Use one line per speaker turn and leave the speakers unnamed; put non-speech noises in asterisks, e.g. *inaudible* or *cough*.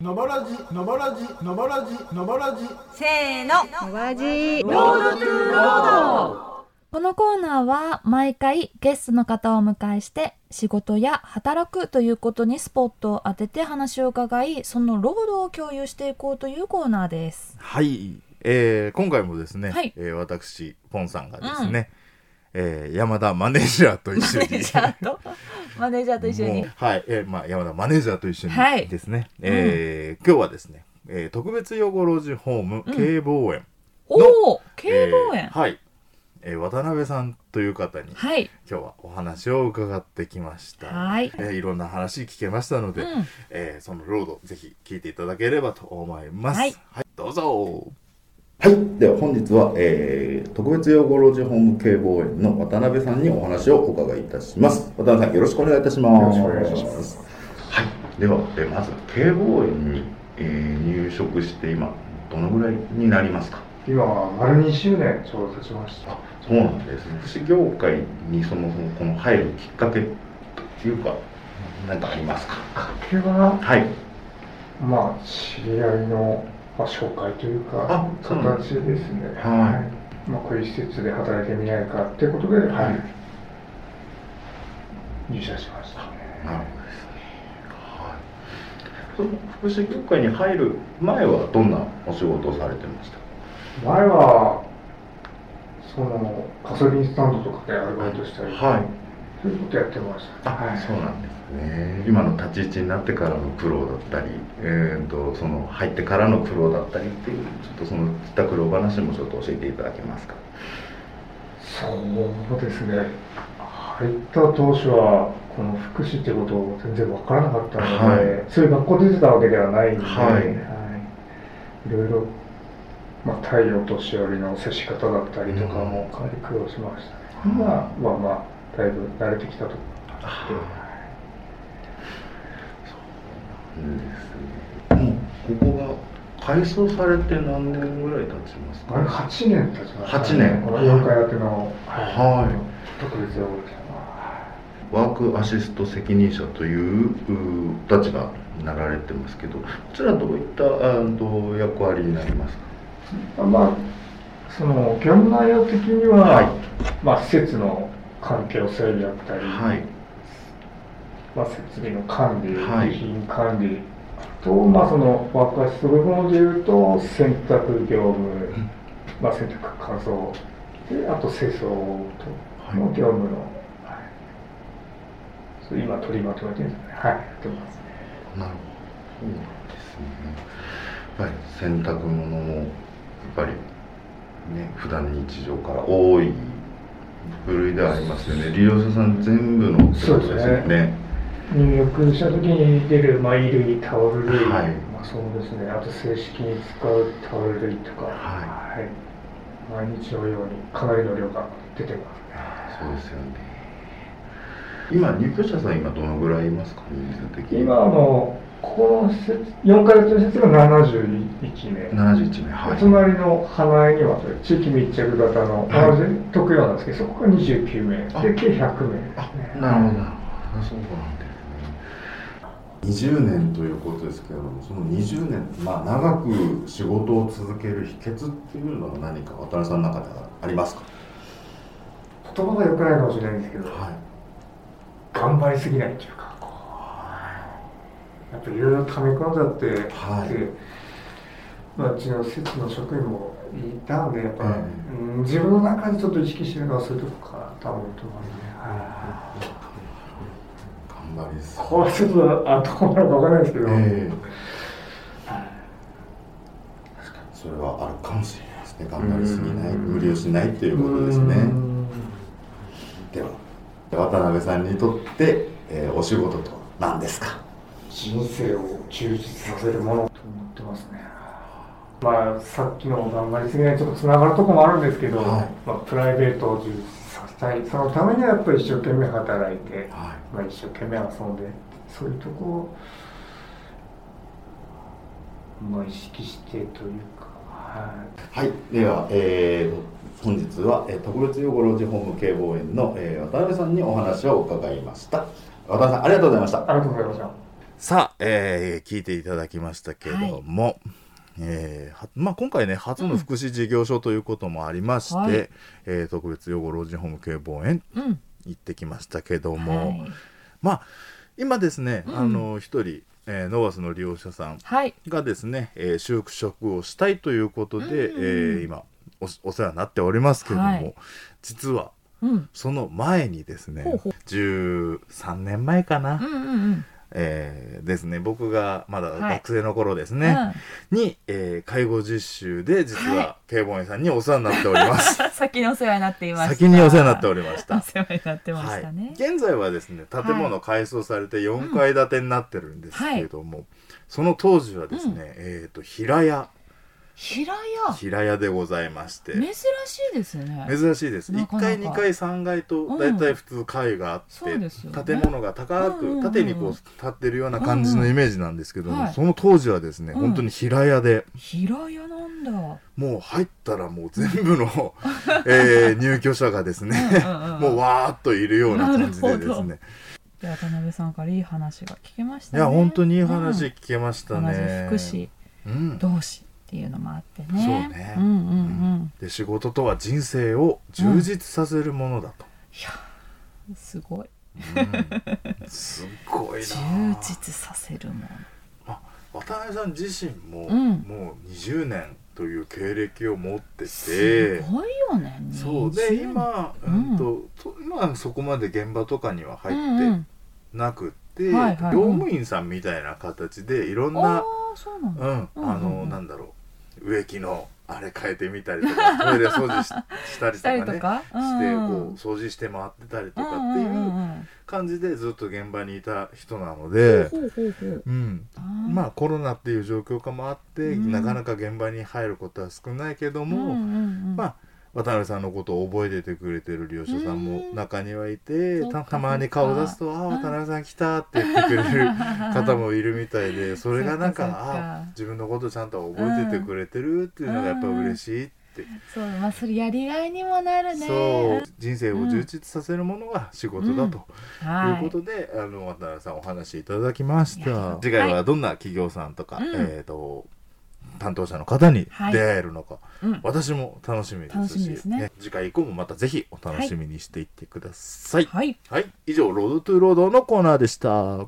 のぼらじのぼらじのぼらじのぼらじ
せーの
のばじ
このコーナーは毎回ゲストの方をお迎えして仕事や働くということにスポットを当てて話を伺いその労働を共有していこうというコーナー *laughs* です。
はい、えー、今回もですね、
はい
えー私ポンさんがですね、えー山田マネージャーと一緒に
マネージャーとマネージャーと一緒に
もう。はい、えーまあ、山田マネージャーと一緒
はい
にですね、えー今日はですね、えー特別養護老人ホーム
うん
慶望園、
おお慶応園
えーはい、えー渡辺さんという方に
はい。
今日はお話を伺ってきました
はい
えーいろんな話聞けましたので、
うん
えーそのロードぜひ聞いていただければと思います。
はい
どうぞ。はい、では本日は、えー、特別養護老人ホーム警防園の渡辺さんにお話をお伺いいたします。渡辺さんよろしくお願いいたします。。
よろしくお願いします
はい、では、えーまず警防園に、えー入職して今どのぐらいになりますか。
今は丸2周年ちょうど経ちました
そうなんですね。福祉業界にそもそもこの入るきっかけというか何かありますか。
家計は
はい。
まあ知り合いの、まあ、紹介というか
あそうなんで
形ですね
はい
い、まあ、こういう施設で働いてみないかっていうことで、
は
入社しました
なる
ね
ほどですね。はい。その福祉業界に入る前はどんなお仕事をされてましたか。
前はそのガソリンスタンドとかでアルバイトしたり、
はい。
そういうことやってました、
あ、
はい、
そうなんですね。今の立ち位置になってからの苦労だったり、えー、とその入ってからの苦労だったりっていうちょっとその自宅労話もちょっと教えていただけますか。
そうですね入った当初はこの福祉ってことを全然分からなかったので、そういう学校出てたわけではないんで、
はい
はいいろいろ、まあ、太陽年寄りの接し方だったりとかもかなり苦労しましたね、
うん
今はまあだいぶ慣れてきたと思って、
ですね。もうここが改装されて何年ぐらい経ちます
あれ
か。
8年経ちました、
8年
この4階建ての、、
はい
特別養護老人は
ワークアシスト責任者というう立場になられてますけどこちらどういったあーと役割になりますか
あまあその業務内容的には、まあ、施設の環境整備だったり、
はい
まあ、設備の管理、
は
備
い
品管理あと、まあ、そのワークアシスト部門でいうと洗濯業務、まあ、洗濯乾燥であと清掃との業務の、はいそう今取りまとめてるんですねはいやってますね
なるほどそうなんですねやっぱり洗濯物もやっぱりね普段日常から多い部類ではありますよね利用者さん全部のってことですよ
そうです
ね
入浴した時に出る、まあ、衣類タオル類、
はい
まあ、そうですねあと正式に使うタオル類とか、
は
はい毎日のようにかなりの量が出てますね
そうですよね今入居者さん今どのぐらいいますか人数的に
今あのここの施設4ヶ月の施設が71名、
71名は
お
い
隣の花江にはそれ地域密着型の、
はい
あの全特養なんですけどそこが29名
あ
で計100名で
あ
すね
なるほどなるほどそうなんですね20年ということですけれどもその20年、まあ、長く仕事を続ける秘訣っていうのは何か渡辺さんの中でありますか
言葉が良くないかもしれないんですけど、
はい
頑張りすぎないっていうかこうやっぱいろいろ溜め込んじゃって、
はい
でまあ、うちの施設の職員もいたんでやっぱ、
え
うん自分の中でちょっと意識してるのはそういうとこかなと思ってますね、はい
頑張りす
これはちょっとあどうなるかわからないですけど、
ええ確かにそれはあるかもしれないですね頑張りすぎない
うん
無理をしないっていうことです
う
ね
ん
では渡辺さんにとって、えーお仕事とは何ですか
人生を充実させるものと思ってますねまあさっきの頑張りすぎないちょっとつながるとこもあるんですけど、
はい
まあ、プライベートを充実させたいそのためにはやっぱり一生懸命働いて、
はい
まあ、一生懸命遊んでそういうとこを、まあ、意識してというか、はい
はい、では、えー本日は、えー特別養護老人ホーム警防園の、えー渡辺さんにお話を伺いました。渡辺さん、ありがとうございました。
ありがとうございました
さあ、えー聞いていただきましたけども、えーはまあ、今回ね初の福祉事業所ということもありまして、
うんはい
えー特別養護老人ホーム警防園
うん。
行ってきましたけども、
はい
まあ今ですね、
うん
あの一人、えーノバスの利用者さん
はい。
がですね、えー就職をしたいということで、
うん
えー今おお世話になっておりますけれども、
はい
実は
うん。
その前にですね
ほうほう
13年前かな、
うんうんうん。
えーですね僕がまだ
はい
学生の頃ですね、に、えー介護実習で実は警防員さんにお世話になっておりま
*laughs*
す
うん。 *laughs* 先にお世話になっていました。
先にお世話になってお
り
りまし
お
た
世話になってましたね。
はい、現在はですね建物改装されて4階建てになってるんですけれども、その当時はですね、
うん
えっ、と平屋
平
平屋でございまして
屋。珍しいですね。
珍しいです
な
1
かなか
階2階3階と大体普通階があって、
そうですよね
建物が高
うんうんうん
く縦にこう立ってるような感じのイメージなんですけども、
はい
その当時はですね、
うん
本当に平屋で
平屋なん *laughs* だ。
もう入ったらもう全
*laughs*
部の、えー入居者がですね、
も
もうわーっといるような感じでで
な
す
るほ
ね
渡辺さんからいい話が聞けました
い
ね。
や本当にいい話
うん
聞けました
同じ
ね、
福祉
うん、
同士っていうのもあってね。
そうね
うんうんうん。
で仕事とは人生を充実させるもの
*laughs*
だと、
すごい。
うんすっごいな
充実させるもの。
渡辺さん自身も、
うん
もう20年という経歴を持って
す
て
ごいよね。
そう
20
で
年
今、
う
う
ん
んとと今はそこまで現場とかには入
うんう
って
ん
なくって、
はいはい
業務員さんみたいな形でいろん
あ
な、
あそうなん
う
だ。
ん、
うん
あ
うんう
の
ん
なんだろう植木のあれ変えてみたりと
*laughs*
かトイレ掃除ししたり
したり
と
と
かね
か
してこう
うん
掃除して回ってたりと
うん
か
う
っ
ん
て
う
いうん感じでずっと現場にいた人なの
うん
で、
ほうほうほう。
うん、
あー
まあコロナっていう状況下もあって、
うん
なかなか現場に入ることは少ないけども、
うんうんうん
まあ渡辺さんのことを覚えててくれてる利用者さ
う
んも
ん
中にはいて、
そうか
たたまに顔を出すと「ああ渡辺さん来た」って言ってくれる
*laughs*
方もいるみたいでそれがなんか
そうかそうか
あー自分のことちゃんと覚えててくれてるっていうのがやっぱ嬉しいって、
そうまあそれやりがいにもなるね。
そう人生を充実させるものが仕事だと。という
はい
こ。とで、あの渡辺さんお話しいただきまし
いや
た次回はどんな企業さんとか、
うん
えー、と担当者の方に
はい
出会えるの
う
か、
ん
私も楽しみで
楽
す
しみ
し
ですね
次回以降もまたぜひお楽しみにしていってください、
はい。
はい、以上「ロードトゥーロード」のコーナーでした